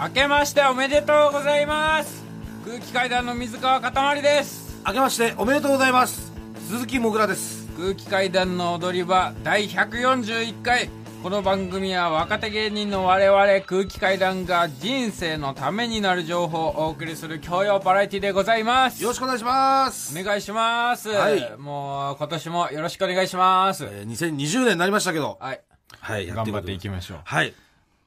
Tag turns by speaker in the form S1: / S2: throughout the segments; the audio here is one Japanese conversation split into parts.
S1: 明けましておめでとうございます空気階段の水川かたまりです
S2: 明けましておめでとうございます鈴木もぐらです
S1: 空気階段の踊り場第141回この番組は若手芸人の我々空気階段が人生のためになる情報をお送りする教養バラエティでございます
S2: よろしくお願いします
S1: お願いします、
S2: はい
S1: もう今年もよろしくお願いします、
S2: えー2020年になりましたけど
S1: はい
S2: はいや
S1: 頑張ってい
S2: い
S1: きましょう
S2: はい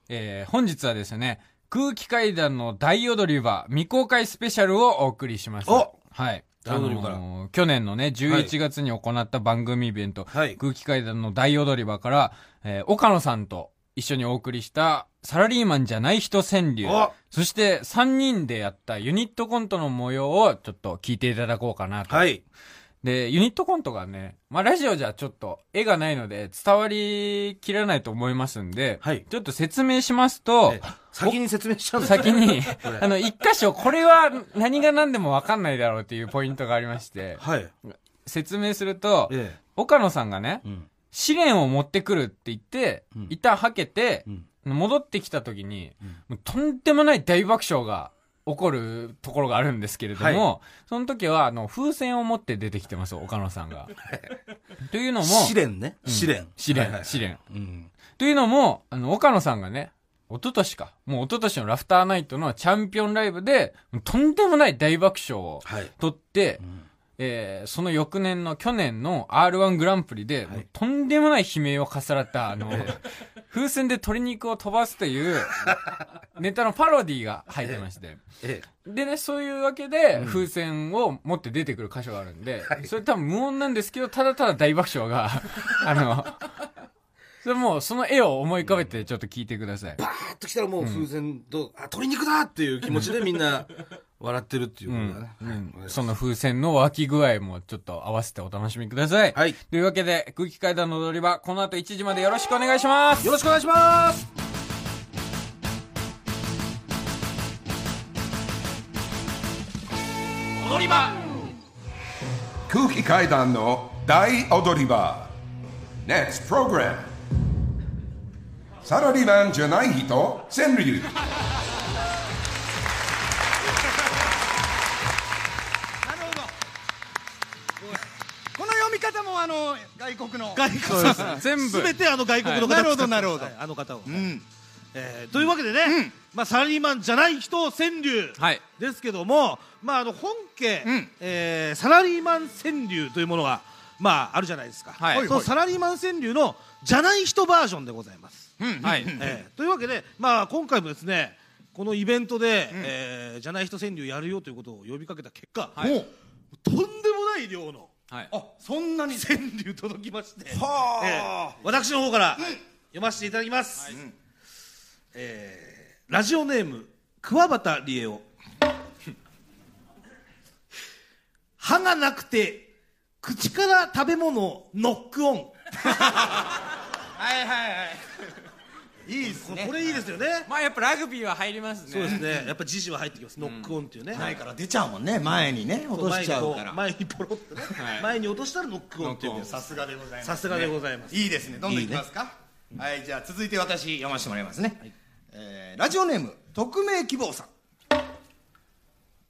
S1: えー本日はですね、空気階段の大踊り場未公開スペシャルをお送りします。
S2: お
S1: はい。
S2: 大踊り場から
S1: ー去年のね、11月に行った番組イベント、
S2: はい
S1: 空気階段の大踊り場から、えー岡野さんと一緒にお送りした、サラリーマンじゃない人川柳
S2: お、
S1: そして3人でやったユニットコントの模様をちょっと聞いていただこうかなと。
S2: はい
S1: で、ユニットコントがね、まあ、ラジオじゃちょっと絵がないので伝わりきらないと思いますんで、
S2: はい
S1: ちょっと説明しますと
S2: え、先に説明しちゃうんですね
S1: 先 に
S2: れ、
S1: あの、一箇所、これは何が何でもわかんないだろうっていうポイントがありまして、
S2: はい
S1: 説明すると、
S2: え
S1: 岡野さんがね
S2: え、うん
S1: 試練を持ってくるって言って
S2: うん、
S1: 一旦はけて
S2: う、ん
S1: 戻ってきた時に
S2: うん、
S1: もうとんでもない大爆笑が起こるところがあるんですけれども、その時は、あの、風船を持って出てきてます、岡野さんが。というのも、
S2: 試練ね試練
S1: 試
S2: はいはい
S1: 練、試練。
S2: うん
S1: というのも、あの、岡野さんがね、一昨年か、もう一昨年のラフターナイトのチャンピオンライブで、とんでもない大爆笑を
S2: はい
S1: 取って、
S2: うん
S1: えーその翌年の去年の R1 グランプリで、
S2: はい
S1: もうとんでもない悲鳴をかっさらった、あの、風船で鶏肉を飛ばすという、ネタのパロディーが入ってまして。
S2: ええ
S1: でね、そういうわけで、風船を持って出てくる箇所があるんで、それ多分無音なんですけど、ただただ大爆笑が、 あの、それもうその絵を思い浮かべてちょっと聞いてください。
S2: バーッと来たらもう風船とあ鶏肉だっていう気持ちでみん な笑ってるっていう
S1: う
S2: ことだ
S1: ん
S2: ね。
S1: うんその風船の湧き具合もちょっと合わせてお楽しみください。
S2: はい
S1: というわけで、空気階段の踊り場、この後1時までよろしくお願いします。
S2: よろしくお願いします
S3: 空気階段の大踊り場 NEXT プログラムサラリーマンじゃない人川柳
S4: なるほど。この読み方もあの外国の。
S5: 外 国
S1: 全部
S5: すべてあの外国の方、
S4: はいなるほどなるほど
S5: はいあの方を、うんえーというわけでね、まあ、サラリーマンじゃない人川柳
S1: はい
S5: ですけども、まあ、あの本家、
S4: うん
S5: えーサラリーマン川柳というものが、まあ、あるじゃないですか、
S1: はい
S5: そのサラリーマン川柳のじゃない人バージョンでございます、
S1: はい。
S5: えーというわけで、まあ、今回もですねこのイベントで、えーじゃない人川柳やるよということを呼びかけた結果、
S1: はい
S5: もうとんでもない量の
S1: はい。
S4: あ、そんなに。
S5: 川柳届きまして、
S4: は
S5: えー私の方から読ませていただきます、えーラジオネーム桑畑理恵を歯がなくて口から食べ物をノックオン
S1: はいはいはい。
S5: いいですねこれいいですよね
S1: まあやっぱラグビーは入りますね。
S5: そうですねやっぱ時事は入ってきます、ノックオンっていうね、
S4: ないから出ちゃうもんね。前にね、落としちゃうから。
S5: 前にこ前にポロッとね、
S1: はい
S5: 前に落としたらノックオンっていう
S4: さすがでございます
S5: さすがでございます
S4: いいですね。どんどんいきますか。はい、じゃあ続いて私読ませてもらいますね。えーラジオネーム匿名希望さん。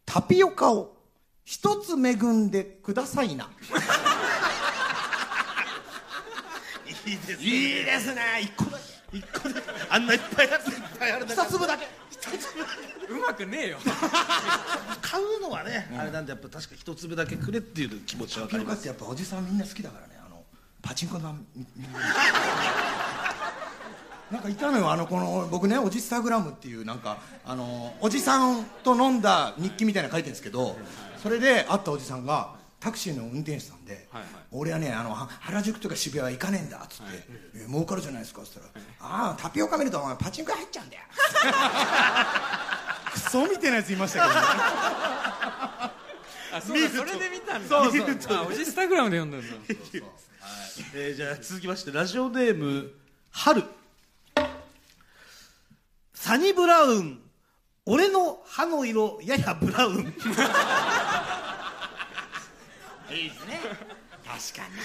S4: タピオカを一つ恵んでください な。
S5: いいですね
S4: いいですね。一個だけ。
S5: 一個であんないっぱいあるいっぱいある中
S4: 二粒だけ。
S1: うまく ねえよ。
S5: 買うのはね、あれなんでやっぱ確か一粒だけくれっていう気持ちはわ
S4: タ
S5: か
S4: ピオ
S5: り
S4: カ
S5: ま
S4: っ
S5: す
S4: てやっぱおじさんみんな好きだからねあのパチンコ玉みみ なんかいたのよあのこの僕ねおじスタグラムっていうなんかあのおじさんと飲んだ日記みたいなの書いてるんですけどそれで会ったおじさんがタクシーの運転手さんで、俺はねあのは原宿とか渋谷は行かねえんだっつって、え儲かるじゃないですかっつったら、ああタピオカ見るとお前パチンコ屋入っちゃうんだよ クソみたいなやついましたけ
S1: あ、そ
S4: どね
S1: うだそれで見たんだ。そうそう。あ、おじスタグラムで読んだんだ。
S5: えーじゃあ続きましてラジオネーム春サニブラウン俺の歯の色ややブラウン
S4: いいですね確かに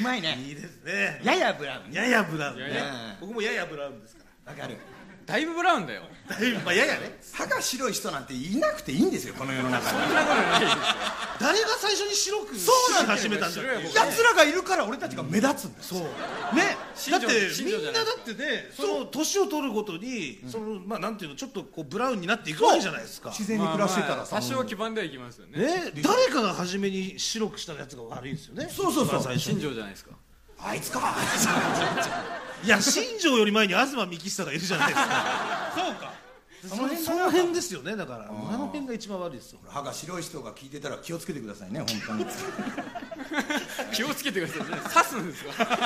S4: うまいね
S5: いいですね
S4: ややブラウンね
S5: ややブラウンね
S4: やや
S5: 僕もややブラウンですから
S4: わかる
S1: だいぶブラウンだよ。
S5: だい ぶまあややね
S4: 歯が白い人なんていなくていいんですよこの世の中に
S5: 誰が最初に白く
S4: そうなんだ
S5: 始めたんだっていう
S4: 奴らがいるから俺たちが目立つんだそう
S5: ね、だ
S1: 新
S5: っ
S1: 庄
S5: て
S1: 新
S5: み
S1: 庄
S5: ん
S1: じゃ
S5: な
S1: な
S5: だ
S1: いです
S5: ってねその年を取るごとに、そのまあなんていうのちょっとこうブラウンになっていくわけじゃないですか
S4: 自然に暮らしてたらさ、
S1: 多少基盤ではいきますよね。
S5: ね、誰かが初めに白くしたやつが悪いんですよね
S4: そうそうそう
S5: 一番最初
S1: 新庄じゃないですか。
S4: あいつか
S5: いや新庄より前に東幹久がいるじゃないですかそうかそのその辺ですよねだからあの辺が一番悪いですよ
S4: 歯が白い人が聞いてたら気をつけてくださいね本当に
S1: 気をつけてくださいね。刺すんですか。
S4: 違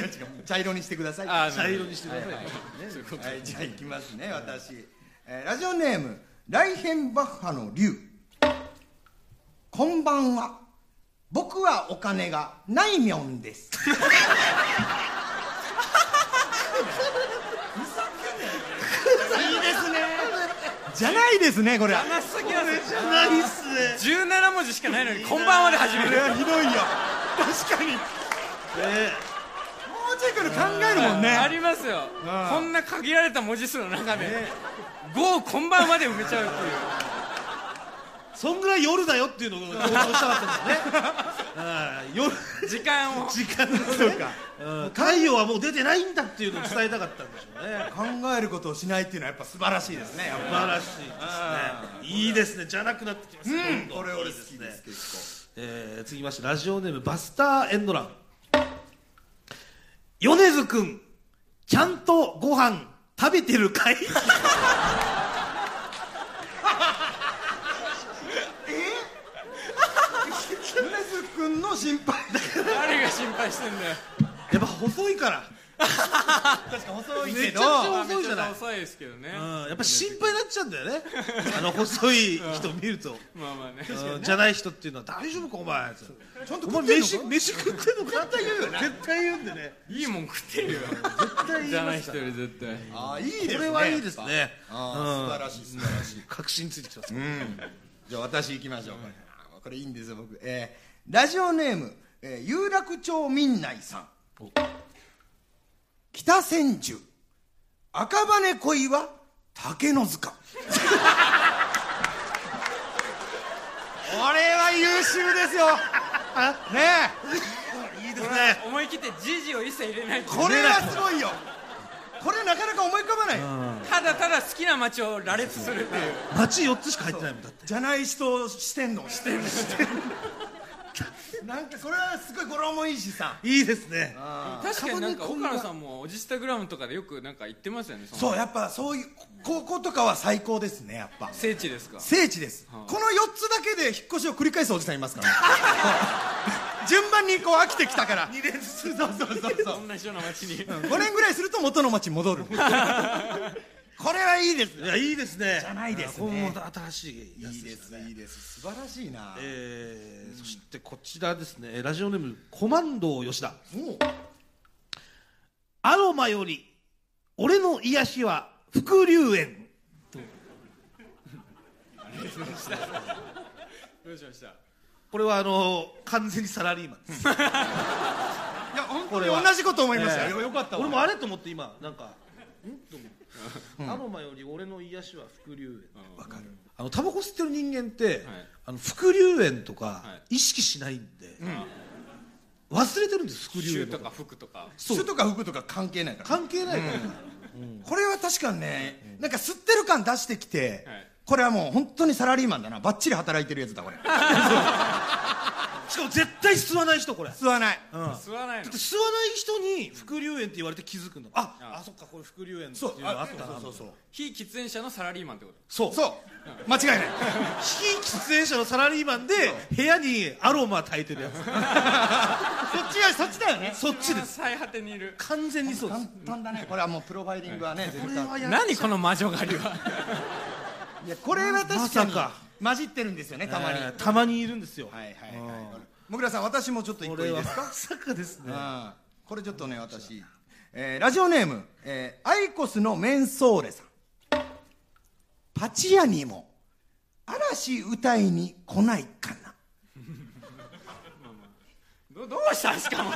S4: う違う茶色にしてください
S1: あ
S5: 茶色にしてください、
S4: はい、じゃあ行きますね、私、えーラジオネーム、ライヘンバッハの竜。こんばんは。僕はお金がないみょんです。ふざけんなよいいですね。じゃないですね、これ。
S1: あ、すぎます。
S5: じゃないっすね
S1: 17文字しかないのに、こんばんはで始め
S4: こ
S1: る。
S4: れはひどいよ。確かに。も
S5: ね
S4: うちょいから考えるもん
S1: あ
S4: ね。
S1: りますよ。こんな限られた文字数の中で、ゴーこんばんまで埋めちゃうっていう。
S5: そんぐらい夜だよっていうのを強調したかっ たんですねうん夜
S1: 時間を
S5: 時間のね
S4: そうか
S5: うん太陽はもう出てないんだっていうのを伝えたかったんでしょうね
S4: 考えることをしないっていうのはやっぱ素晴らしいですね。やっ
S5: 素
S4: ぱ
S5: 晴らしいですねいいですねじゃなくなってきますねどんどん
S4: これ俺好
S5: いい
S4: きです結
S5: えー、次ましてラジオネームバスターエンドラン米津君ちゃんとご飯食べてるかい
S4: 構。米津君の心配
S1: 誰が心配してんだよ
S5: やっぱ細いから
S4: 細い
S5: けど
S1: まあめ
S5: 遅い
S1: ち
S5: じ
S1: ゃ
S5: ゃ
S1: くちゃ
S5: ない
S1: 遅いですけどね
S5: うんやっぱ心配になっちゃうんだよね あの細い人見ると、
S1: まあまあね
S5: うんじゃない人っていうのは大丈夫かお前
S4: ちゃんと
S5: お
S4: 食
S5: 前
S4: ってんの
S5: 飯飯食ってんのか絶対言うよね絶対言うんでね
S1: いいもん食ってるよ
S5: 絶対言い
S1: じゃな
S5: ま
S1: い
S5: す
S1: 人
S5: から
S1: より絶対
S4: あーいいですね
S5: これはいいです
S4: やっ
S5: ね
S4: ぱあー素晴らしい素晴らしい、
S5: 確信ついてきてます
S4: じゃあ私行きましょうこれ,、これいいんですよ僕、えーラジオネーム、えー有楽町民内さん北千住赤羽恋は竹の塚これは優秀ですよねえ
S5: いいですね
S1: 思い切ってジジを一切入れない
S4: これはすごいよこれなかなか思い浮かばない、
S1: ただただ好きな街を羅列するっていう
S5: 街4つしか入ってないもんだって
S4: じゃない人視点の視点の視点のなんかこれはすごい語呂もいいしさ
S5: いいですね
S1: 確かになんか
S4: こん
S1: 岡
S4: な
S1: 野さんもおじスタグラムとかでよくなんか言ってますよねその
S4: そうやっぱそういう高校とかは最高ですねやっぱ
S1: 聖地ですか
S4: 聖地です、この4つだけで引っ越しを繰り返すおじさんいますからね 順番にこう飽きてきたから2年ずつそうそうそうそう
S1: 同じような街に
S4: 5年ぐらいすると元の町に戻るこれはいいです
S5: いやいいですねじ
S4: ゃないですね
S5: 新しいやつ
S4: いいですいいです素晴らしいな、
S5: えーそしてこちらですねえーラジオネームコマンド吉田
S4: もう
S5: アロマより俺の癒しは伏流炎
S1: どうしました
S5: これはあのー完全にサラリーマンです
S4: いや本当
S5: こ
S4: に
S5: れは
S4: 同じこと思いました
S5: え
S4: よ、
S5: え
S4: よかったわ
S5: 俺もあれと思って今なんかんと思ってアロマより俺の癒しは伏流炎
S4: わかる
S5: あのタバコ吸ってる人間って、あの伏流炎とか意識しないんで、忘れてるんです伏流
S1: シューと
S5: 炎と
S1: か
S5: か
S1: 服とか
S4: 主とか服とか関係ないから
S5: 関係ないから、
S4: これは確かにね、なんか吸ってる感出してきて、
S1: はい
S4: これはもう本当にサラリーマンだな、ばっちり働いてるやつだ、これ、
S5: しかも絶対吸わない人これ、
S4: 吸わない、
S5: だ
S1: 吸わない
S5: っ
S1: の
S5: て吸わない人に伏流炎って言われて気づくんだああそっかこれ伏流炎っていうのあったな
S4: そうそう、
S1: 非喫煙者のサラリーマンってこと
S5: そう
S4: そう、間違いない、
S5: 非喫煙者のサラリーマンで部屋にアロマ焚いてる やつ
S4: そっちはそっちだよね、
S5: そっちです
S1: 最果てにいる
S5: 完全にそうで
S4: 簡
S5: す
S4: 単だね、これはもうプロファイリングはね、絶対、
S5: はや
S1: 何この魔女狩りはい
S4: や、これは
S5: ま
S4: 確か
S5: さ
S4: に
S5: か
S4: 混じってるんですよね、たまに。
S5: え
S4: は
S5: ー
S4: い
S5: たまにいるんですよ、
S4: はいはい、もぐらさん、私もちょっと一
S5: こ
S4: 個い
S5: れ
S4: い
S5: は
S4: です
S5: ま
S4: か、
S5: さかですね
S4: あーこれちょっとね、私、えーラジオネーム、えーアイコスのメンソーレさん、パチ屋にも嵐歌いに来ないかな。
S1: どどうしたんですかもう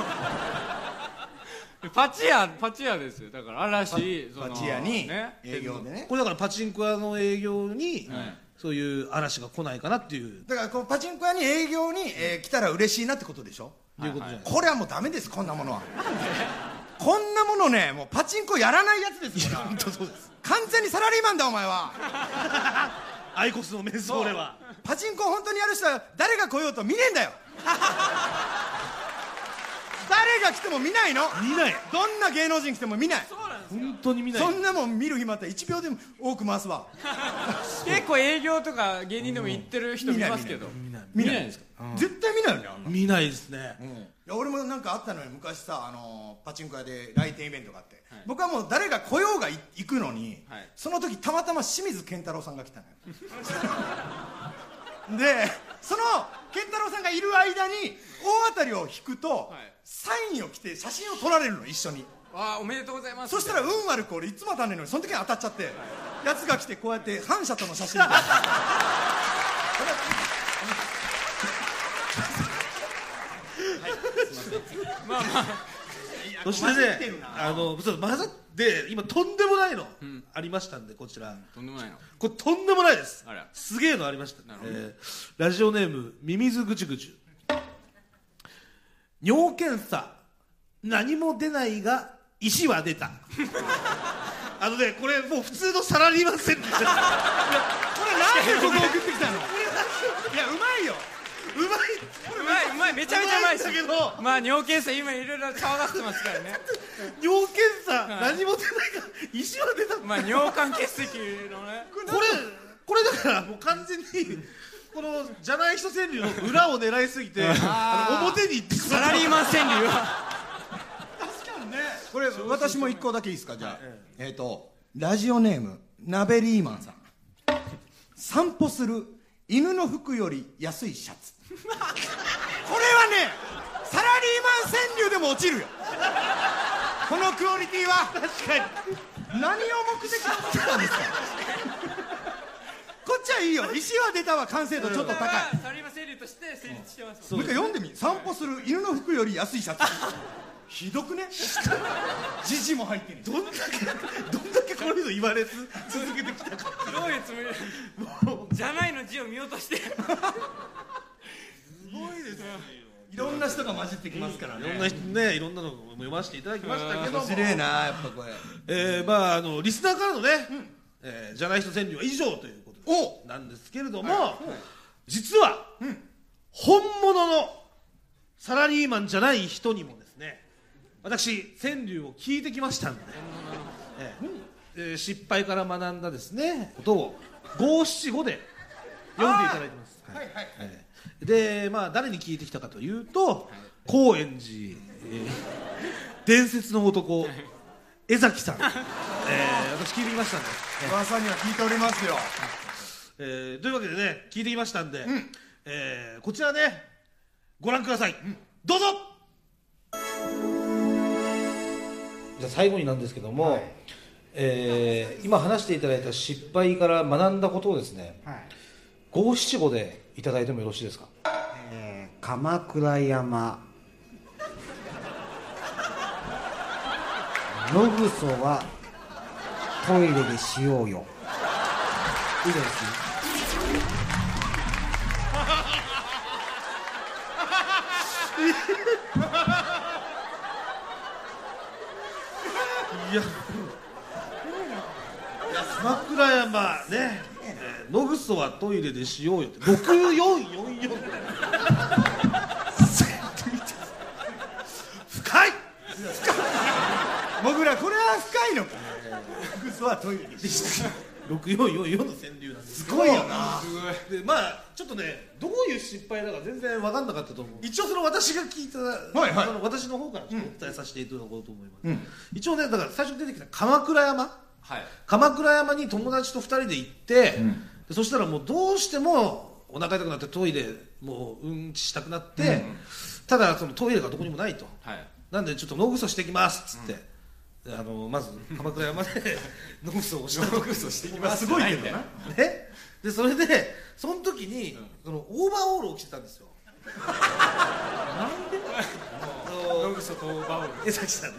S1: パチ屋パチ屋ですよだから嵐その
S4: パチ屋に
S1: ね
S4: 営業でね
S5: これだからパチンコ屋の営業に、そういう嵐が来ないかなっていう、
S4: だからこうパチンコ屋に営業に、えー来たら嬉しいなってことでしょ
S5: いうことじゃない
S4: これはもうダメですこんなものはこんなものねもうパチンコやらないやつですよ
S5: 本当そうです
S4: 完全にサラリーマンだお前は
S5: アイコスのメンソーレは
S4: パチンコ本当にやる人は誰が来ようと見ねえんだよ誰が来ても見ないの
S5: 見ない
S4: どんな芸能人来ても見ない
S5: 本当に見ない
S4: そんなもん見る暇あったら1秒でも多く回すわ
S1: 結構営業とか芸人でも行ってる人見ますけど
S4: 見
S1: ないです
S4: か、絶対見ないよねあんな
S5: 見ないですね、
S4: いや俺もなんかあったのよ昔さ、あのーパチンコ屋で来店イベントがあって、僕はもう誰が来ようがい行くのに、
S1: い
S4: その時たまたま清水健太郎さんが来た のよでその健太郎さんがいる間に大当たりを引くと、
S1: い
S4: サインを着て写真を撮られるの一緒に
S1: ああおめでとうございます
S4: そしたら運悪く俺いつも当たんねえのにその時に当たっちゃってやつが来てこうやって反射との写真が
S5: そしてねあのそう混ざって今とんでもないの、ありましたんでこちら、
S1: とんでもないの
S5: これとんでもないです
S1: あら
S5: すげえのありました、えーラジオネームミミズぐちぐち尿検査何も出ないが石 は出たあのねこれもう普通のサラリーマンセ ンターこれ何でここ送ってきたの
S4: いやうまいよ
S5: うまいう
S1: まいうまいめちゃめちゃうま いです
S5: だけど
S1: まあ尿検査今いろいろ騒がせてますからね
S5: 尿検査何も出ないが石は出た
S1: まあ尿管結石のね
S5: これこれだからもう完全にこのじゃない人川柳の裏を狙いすぎてあの表に行って
S1: サラリーマン川柳は
S4: これ私も一個だけいいですかじゃあえっ、とラジオネームナベリーマンさん散歩する犬の服より安いシャツ これはねサラリーマン川柳でも落ちるよこのクオリティは確かに何を目的に作ったんですか こっちはいいよ石は出たは完成度ちょっと高い
S1: サラリーマン川柳として成立してます
S4: もう一回読んでみ散歩する犬の服より安いシャツひど くねじじも入ってる
S5: どんだけどんだけこういうの言われず続けてきたか
S1: どういうつもりじゃないの字を見落として
S4: いろんな人が混じってきますから
S5: いろんな人ねいろんなのも読ませていただきましたけども
S4: 綺麗なやっぱこれ
S5: えーまああのリスナーからのね、えーじゃない人川柳は以上ということなんですけれども、実は、本物のサラリーマンじゃない人にもですね私川柳を聞いてきましたんで、えーえー失敗から学んだですねことを五七五で読んでいただいてます。はいえーでまあ誰に聞いてきたかというと、高円寺、えー伝説の男江崎 さん、えー私聞いてきましたんで、
S4: 噂には聞いておりますよ
S5: えーというわけでね聞いてきましたんで、えーこちらねご覧ください、どうぞじゃあ最後になんですけども、えー今話していただいた失敗から学んだことをですね五七五でいただいてもよろしいですか
S6: えー鎌倉山ロブソはトイレでしようよ以上ですね
S5: 鎌倉山ね、えー野ぐそはトイレでしようよって6444深い
S4: 僕らこれは深いのかグスはトイレにす
S5: 6444の川柳なんです
S4: ごいよな
S5: でまあちょっとねどういう失敗だか全然分かんなかったと思う一応その私が聞いた、
S4: いはい
S5: その私の方からちょっとお伝えさせていただこうと思います、一応ねだから最初に出てきた鎌倉山
S1: はい
S5: 鎌倉山に友達と2人で行って、でそしたらもうどうしてもお腹痛くなってトイレもううんちしたくなって、ただそのトイレがどこにもないと、
S1: はい
S5: なんでちょっと脳ぐそしてきますっつって、であのまず鎌倉山で脳ぐそをした脳ぐそしてきます
S4: ごいけどな
S5: ねでそれでその時に、そのオーバーオールを着てたんですよなんで
S1: ノグソとバオル
S5: 江崎さんね、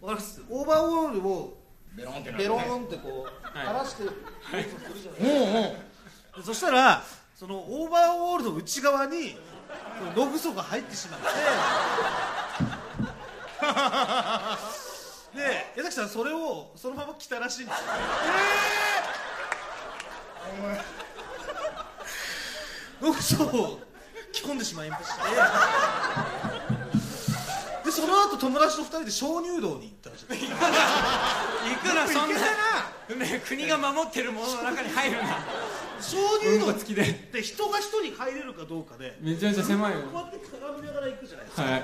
S5: わかりますオーバーオールを
S4: ベロンってなる
S5: ベローンってこう垂らしてメイクするじゃないですかそしたらそのオーバーオールの内側にログソが入ってしまって で矢崎さんそれをそのまま着たらしいんですよログソを着込んでしまいましてでその後友達と二人で鍾乳洞に行ったらしいです
S7: くらそんな ね国が守ってるものの中に入るな
S5: 鍾乳洞
S1: 好きで
S5: って人が人に入れるかどうかで
S1: めちゃめちゃ狭いよ
S5: こうやって鏡ながら行くじゃないですか
S1: はい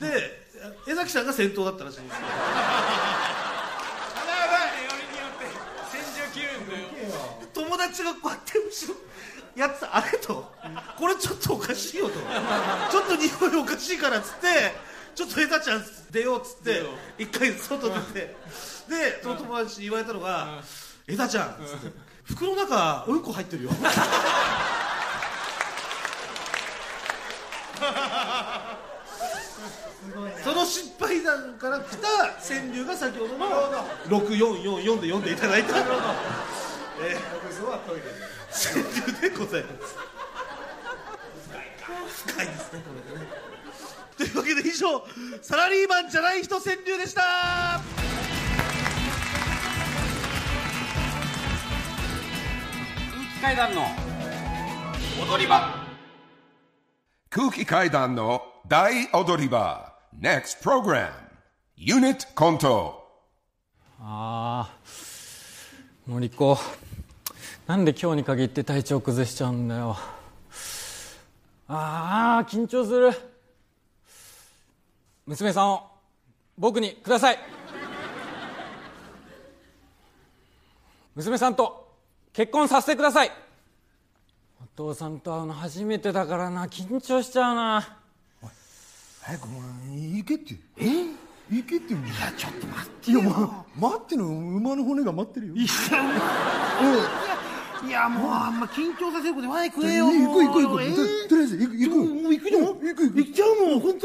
S5: で江崎さんが先頭だったらしいんですよ友達がこうやって後ろやってたあれとこれちょっとおかしいよとちょっと匂いおかしいからっつってちょっとエタちゃん出ようっつって一回外出てでその友達に言われたのが「エタちゃん」っつって「服の中うんこ入ってるよ」その失敗談から来た川柳が先ほどの6444で読んでいただいたえー川柳でございます深いですねこれねというわけで以上サラリーマンじゃない人川柳でした
S7: 階段の
S3: 空気階段の大踊り場 NEXT program UNIT コント
S1: あー森子なんで今日に限って体調崩しちゃうんだよあー緊張する娘さんを僕にください娘さんと結婚させてくださいお父さんと会うの初めてだからな緊張しちゃうな
S4: 早くもう行けってえ行けっていやちょっと待ってよいや、ま、待っての馬の骨が待ってるよい
S2: いやもうあんま緊張させること言わないく
S4: や
S2: れよ
S4: 行こう行こう行こう、
S2: えー
S4: ととりあえず行く行く
S2: もう行くよ
S4: 行く行く
S2: 行っちゃうもん本当に、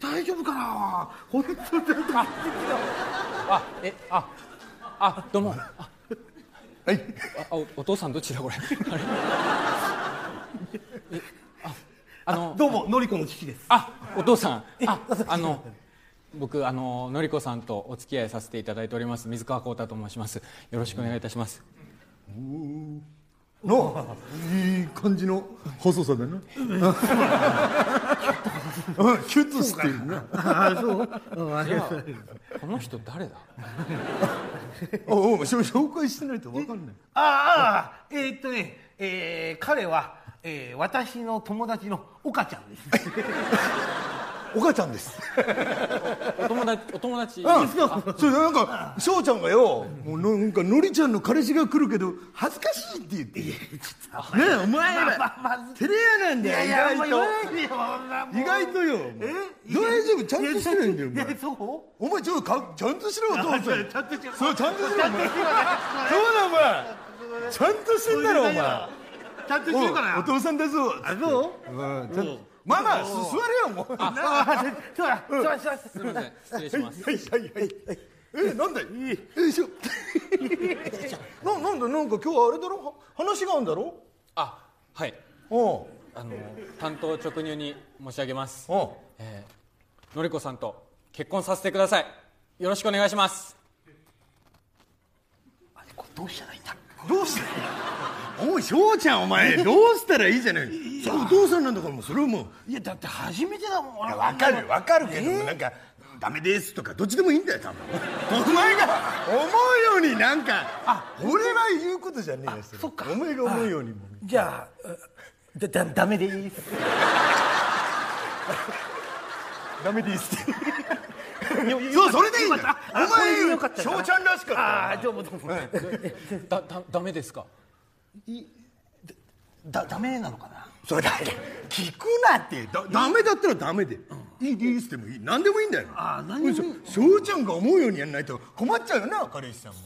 S2: 大丈夫かな本当に大丈
S1: あえああどうもああおお父さんどっちだこれ あれえああの
S2: どうものりこの父です
S1: あお父さんああの僕あののりこさんとお付き合いさせていただいております水川幸太と申しますよろしくお願いいたします
S4: のいい感じの細さだなうんキュッとしてるな
S2: ああそううんあり
S1: じ
S2: が
S1: ゃ
S2: とう
S1: あこの人誰だ
S4: おうしょ紹介してないと分かんない
S2: ああえーっとね、えー、彼は、えー、私の友達の岡ちゃんです
S4: お母ちゃんです
S1: お友達お友達
S4: うんそれなんか翔ちゃんがよもうなんかのりちゃんの彼氏が来るけど恥ずかしいって言ってねえお前ら照れ屋なんだよ意外と意外とよ大丈夫ちゃんとしてないんだよお前
S2: そう
S4: お前ちょっとかちゃんとしろお父さん
S2: ちゃんとして
S4: そうちゃんとしろお前そうだお前ちゃんとしてんだろお前
S2: ちゃんとして
S4: お
S2: るか
S4: うお
S2: な
S4: 父さんだぞ
S2: あそう
S4: うんちゃんとママす座れよもうは
S2: あそうだそうだそうだ
S1: すみません失礼します
S4: いはいはいはいえなんだいよいしょななんだなんか今日はあれだろは話があるんだろ
S1: あはい
S4: おう
S1: あの担当直入に申し上げます
S4: おう
S1: えーのりこさんと結婚させてくださいよろしくお願いします
S4: どうしたらい いんだおい翔ちゃんお前どうしたらいいじゃないそうお父さんなんだからもうそれはもう
S2: いやだって初めてだもん俺
S4: わかるわかるけどもなんかダメですとかどっちでもいいんだよ多分お前が思うようになんか俺は言うことじゃねえよそっかお前が思うようにも
S2: じゃあえだだダメでーす
S4: ダメですってそうそれでいいんだ よ
S2: あ
S4: お
S2: これで
S4: 前
S2: よかったかな
S4: 翔ちゃんらしかった
S2: ああどうもどうも
S1: だだダメですか
S2: だダメなのかな
S4: それだ聞くなってだダメだったらダメで、いいですでもいい何でもいいんだよあ何でもいい翔ちゃんが思うようにやらないと困っちゃうよな彼氏さんも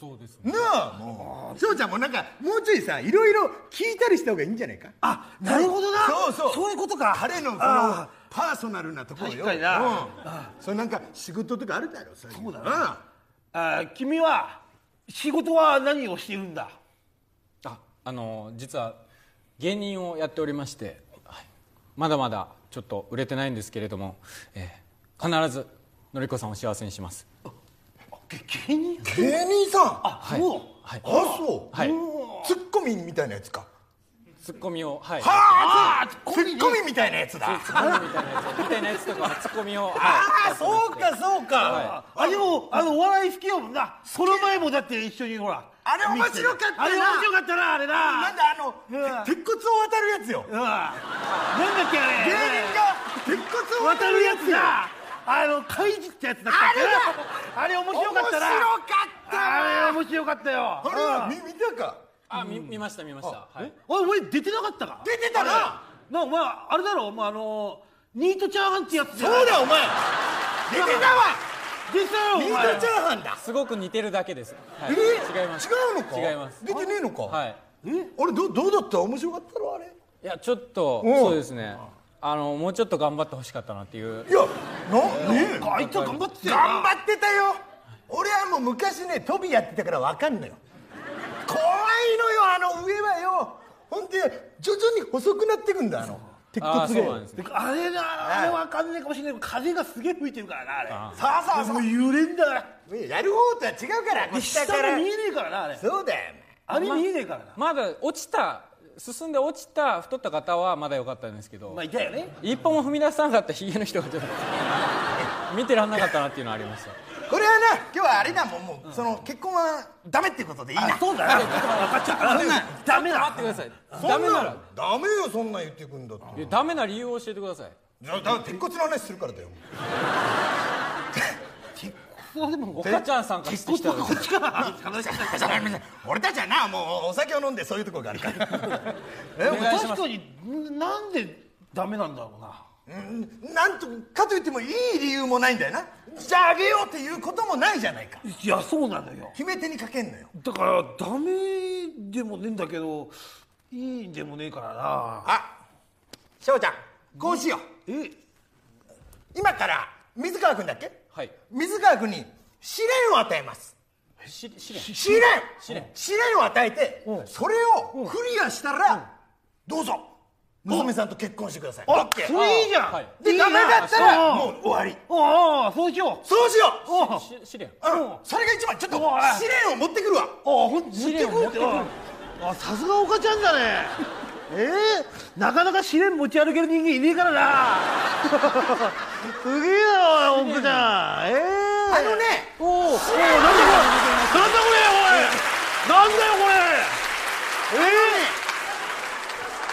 S1: そうですね
S4: なあも翔ちゃんもなんかもうちょいさいろいろ聞いたりした方がいいんじゃないか
S5: あなるほどな
S4: そうそう
S5: そういうことか
S4: 彼のこの
S5: あ
S4: パーソナルなところよ
S5: 確かにな
S4: うんそれなんか仕事とかあるだろそういうの
S5: ああ君は仕事は何をしているんだ
S1: ああの実は芸人をやっておりまして、はいまだまだちょっと売れてないんですけれども、えー必ずのりこさんを幸せにします
S5: げ芸人
S4: 芸人さんあ
S1: はい
S5: そう
S1: はい
S4: そう、
S1: はい
S4: ツッコミみたいなやつか
S1: ツッコミをはい
S4: ああツッコミみたいなやつだ
S1: ツッコミみたいなやつみたいなやつとかツッコミをはい
S5: ああそうかそうか、
S1: は
S5: あでもあのお笑い好きやもんなその前もだって一緒にほら
S4: あれ面白かったな
S5: あれ面白かったなあれな
S4: なんだあの
S5: うん
S4: 鉄骨を渡るやつよ
S5: うんなんだっけあ
S4: 芸
S5: れ
S4: 人が鉄骨を
S5: 渡
S4: 渡る
S5: る
S4: や
S5: や
S4: つ
S5: つ
S4: よ
S5: だあの怪獣ってやつだったっけなあれ面白かったな
S4: 面白かったな
S5: あれ面白かったよ
S4: あれは見見たか
S1: あ見見ました見ましたはい
S5: おいお前出てなかったか
S4: 出てたな
S5: なお前あれだろお前あのニートチャーハンってやつ
S4: そうだお
S5: お前
S4: 出てたわ
S5: 出てたよお
S4: ミ
S5: 前
S4: ートチャーハンだ
S1: すごく似てるだけです、はい、
S4: え
S1: 違います
S4: 違うのか
S1: 違います
S4: 出てねえのか
S1: はい
S4: あれどどうだった面白かったろあれい
S1: いやちょっと
S4: うん
S1: そうですねあのもうちょっと頑張ってほしかったなっていう
S4: やなねえ
S5: あいつは頑張ってたよな
S4: 頑張ってたよ俺はもう昔ね飛びやってたから分かんのよ怖いのよあの上はよほんで徐々に細くなってくんだあの鉄
S1: ああ
S4: 骨
S1: そう
S4: が
S1: なんですね
S5: あれだあれわかんないかもしれないけど風がすげえ吹いてるからなあれ
S4: さあさあさ
S5: もう揺れんだから
S4: あやる方とは違うから
S5: で
S4: 下
S5: 下
S4: から
S5: が見えねえからなあれ
S4: そうだよ
S5: あれ見えねえからな
S1: まだ落ちた進んで落ちた太った方はまだ良かったんですけど、
S5: まあいたよね
S1: 一歩も踏み出さなかったヒゲの人がちょっと 見てらんなかったなっていうのはありました
S4: これはな今日はあれだもんもう、その結婚はダメってことでいいな
S5: そうだよ分かっちゃうダメだ
S1: 待ってくださいダメなら
S4: ダメよそんなん言ってくんだって
S1: いやダメな理由を教えてください
S4: じゃあだから鉄骨の話するからだよ
S5: そうでも
S1: 岡ちゃん参加してきたら
S5: こっちから話し
S4: 俺たちはなもうお酒を飲んでそういうとこがあるから え
S1: お願いします
S5: 確かになんでダメなんだろうな
S4: うんなんとかといってもいい理由もないんだよなじゃああげようっていうこともないじゃないか
S5: いやそうなのよ
S4: 決め手にかけんのよ
S5: だからダメでもねえんだけどいいんでもねえからな
S4: あ翔ちゃんこうしよう
S5: え
S4: 今から水川君だっけ
S1: はい
S4: 水川君に試練を与えます
S1: し試練
S4: 試練試練を与えてそれをクリアしたらどうぞ娘さんと結婚してくださいオッケー
S5: それいいじゃん、
S1: はい
S4: でダメだったらも
S5: う
S4: う終わり
S5: ああそうしよう
S4: そうしよう
S5: ああ
S1: し試練
S4: うんそれが一番ちょっと
S5: おい
S4: 試練を持ってくるわ
S5: あほん持ってくるってあさすが岡ちゃんだねええなかなか試練持ち歩ける人間いねえから なすげえなおい岡ちゃんええ
S4: あのね
S5: おおおおなんだこれなんだこれおいなんだよこれ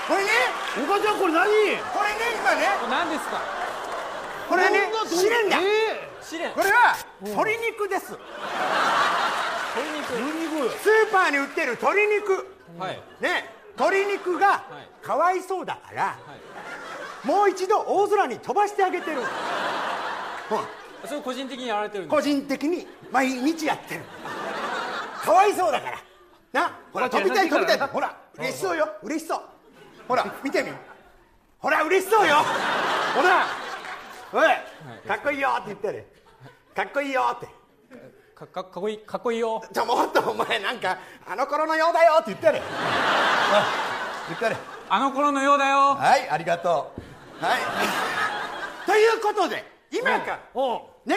S4: これね
S5: ええ岡ちゃんこれ何
S4: これね今ね
S1: 何ですか
S4: これね
S5: こんなどう
S4: 試練だ
S5: え
S1: 試練
S4: これは鶏肉ですスー
S5: え鶏肉
S4: パーに売ってる鶏肉
S1: はい
S4: ね鶏肉が
S1: い
S4: かわいそうだから、もう一度大空に飛ばしてあげてるほら
S1: それ個人的にやられてるんで
S4: 個
S1: す
S4: 人的に毎日やってるかわいそうだからなほら飛びたい飛びたいほら嬉しそうよ嬉しそうほら見てみほら嬉しそうよほらおいかっこいいよって言ってねかっこいいよって
S1: かかかっこいいかっこいいよ
S4: ちょもっとお前なんかあの頃のようだよって言ってねおい言ってね
S1: あの頃のようだよ
S4: はいありがとうはいということで今から
S5: おう
S4: ね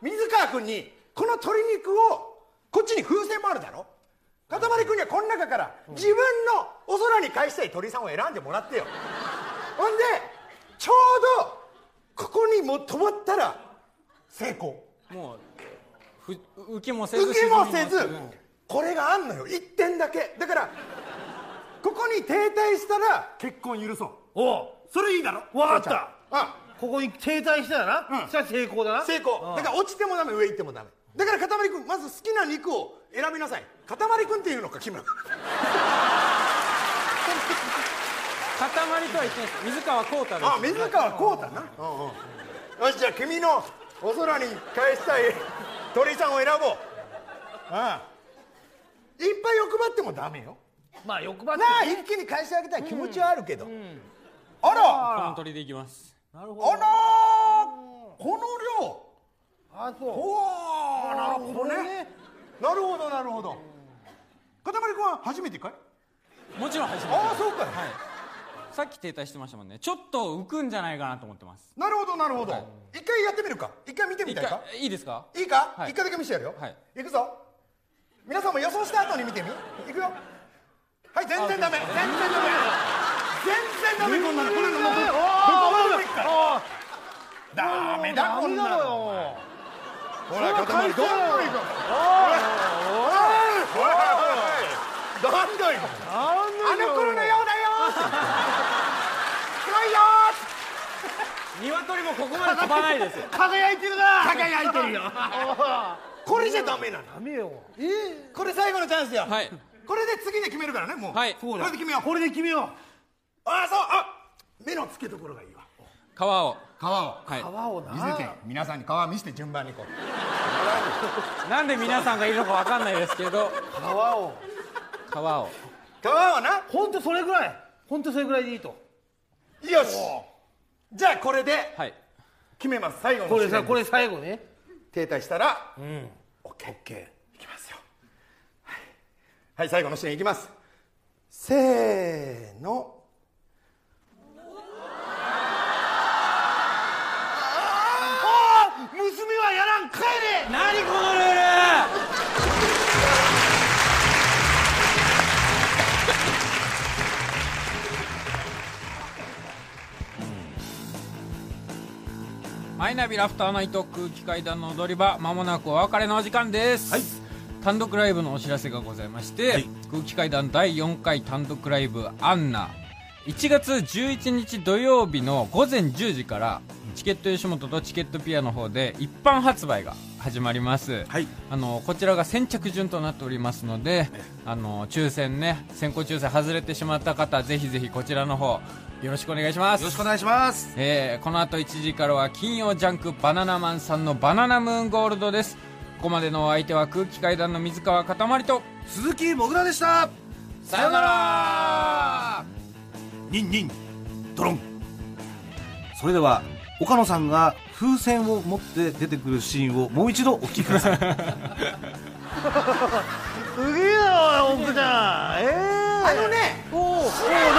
S4: 水川君にこの鶏肉をこっちに風船もあるだろかたまり君にはこの中から自分のお空に返したい鳥さんを選んでもらってよほんでちょうどここにも止まったら成功
S1: もうふ浮きもせず
S4: 受けもせず
S1: 沈みも
S4: これがあんのよ1点だけだからここに停滞したら結婚許そう
S5: おうそれいいだろわかった
S4: あ
S5: ここに停滞したらな、
S4: うん
S5: したら成功だな
S4: 成功だから落ちてもダメ上行ってもダメだからかたまり君まず好きな肉を選びなさいかたまり君っていうのか木村君
S1: 塊とは言ってないです水川浩太です
S4: あ水川浩太な、うんうん、よしじゃあ君のお空に返したい鳥さんを選ぼうああいっぱい送張ってもダメよ
S8: まあ欲張って
S4: なあ一気に返してあげたい気持ちはあるけど、あら
S1: この鳥でいきます
S4: あらーこの量
S6: あそう
S4: おおなるほどねなるほどなるほどかたまり君は初めてかい
S1: もちろん初めて
S4: ああそうかい、
S1: さっき停滞してましたもんねちょっと浮くんじゃないかなと思ってます
S4: なるほどなるほど、一回やってみるか一回見てみ
S1: 一
S4: たい
S1: 回
S4: か
S1: いいですか
S4: いいか、
S1: はい
S4: 一回だけ見せてやるよ、
S1: はい
S4: い、くぞ皆さんも予想した後に見てみいくよはい全然ダメ全然ダメ全然ダメこんなのこんなのもうどこまでもいくからダメだこんなのほらどんどんいこうどんどんいこうおいおいおいどんどんいこうあの頃のようだよーっ てすごいよ
S1: 鶏もここまで飛ばないですよ
S6: 輝いてるな
S4: 輝いてるよー これじゃダメなの
S6: ダメよ
S4: これ最後のチャンスよ
S1: はい
S4: これで次で決めるからねもう
S1: はい
S4: これで決めよう
S6: これで決めよ
S4: ああそうあ目の付けどころがいいわ
S1: 皮を
S4: 皮を
S1: は
S6: う
S1: い
S6: 泡を
S4: 見せ
S6: な
S4: て皆さんに皮見せて順番にこう
S1: なんで皆さんがいるのかわかんないですけど
S6: 泡を
S1: 皮を
S4: 皮をな
S6: 本当それぐらい本当それぐらいでいいと
S4: よしじゃあこれで
S1: はい
S4: 決めます最後の
S6: これ
S4: 試
S6: さ
S4: 練
S6: これ最後ね
S4: 停滞したら、オッケーオッケーいきますよはい、はい最後の試練いきますせーの
S6: 娘はやらん帰れ
S9: 何このルール
S1: マイナビラフターナイト空気階段の踊り場まもなくお別れのお時間です、単独ライブのお知らせがございまして、空気階段第4回単独ライブ「アンナ」1月11日土曜日の午前10時からチケット吉本とチケットピアの方で一般発売が始まります、
S2: はい
S1: あのこちらが先着順となっておりますのであの抽選ね先行抽選外れてしまった方ぜひぜひこちらの方よろしくお願いします
S2: よろしくお願いします
S1: えーこの後1時からは金曜ジャンクバナナマンさんのバナナムーンゴールドですここまでのお相手は空気階段の水川かたまりと
S2: 鈴木もぐらでした
S1: さよなら
S2: ニンニンドロンそれでは岡野さんが風船を持って出てくるシーンをもう一度お聞きください
S6: すげえなおい奥ちゃんええ
S4: あのね
S6: おお
S4: 試練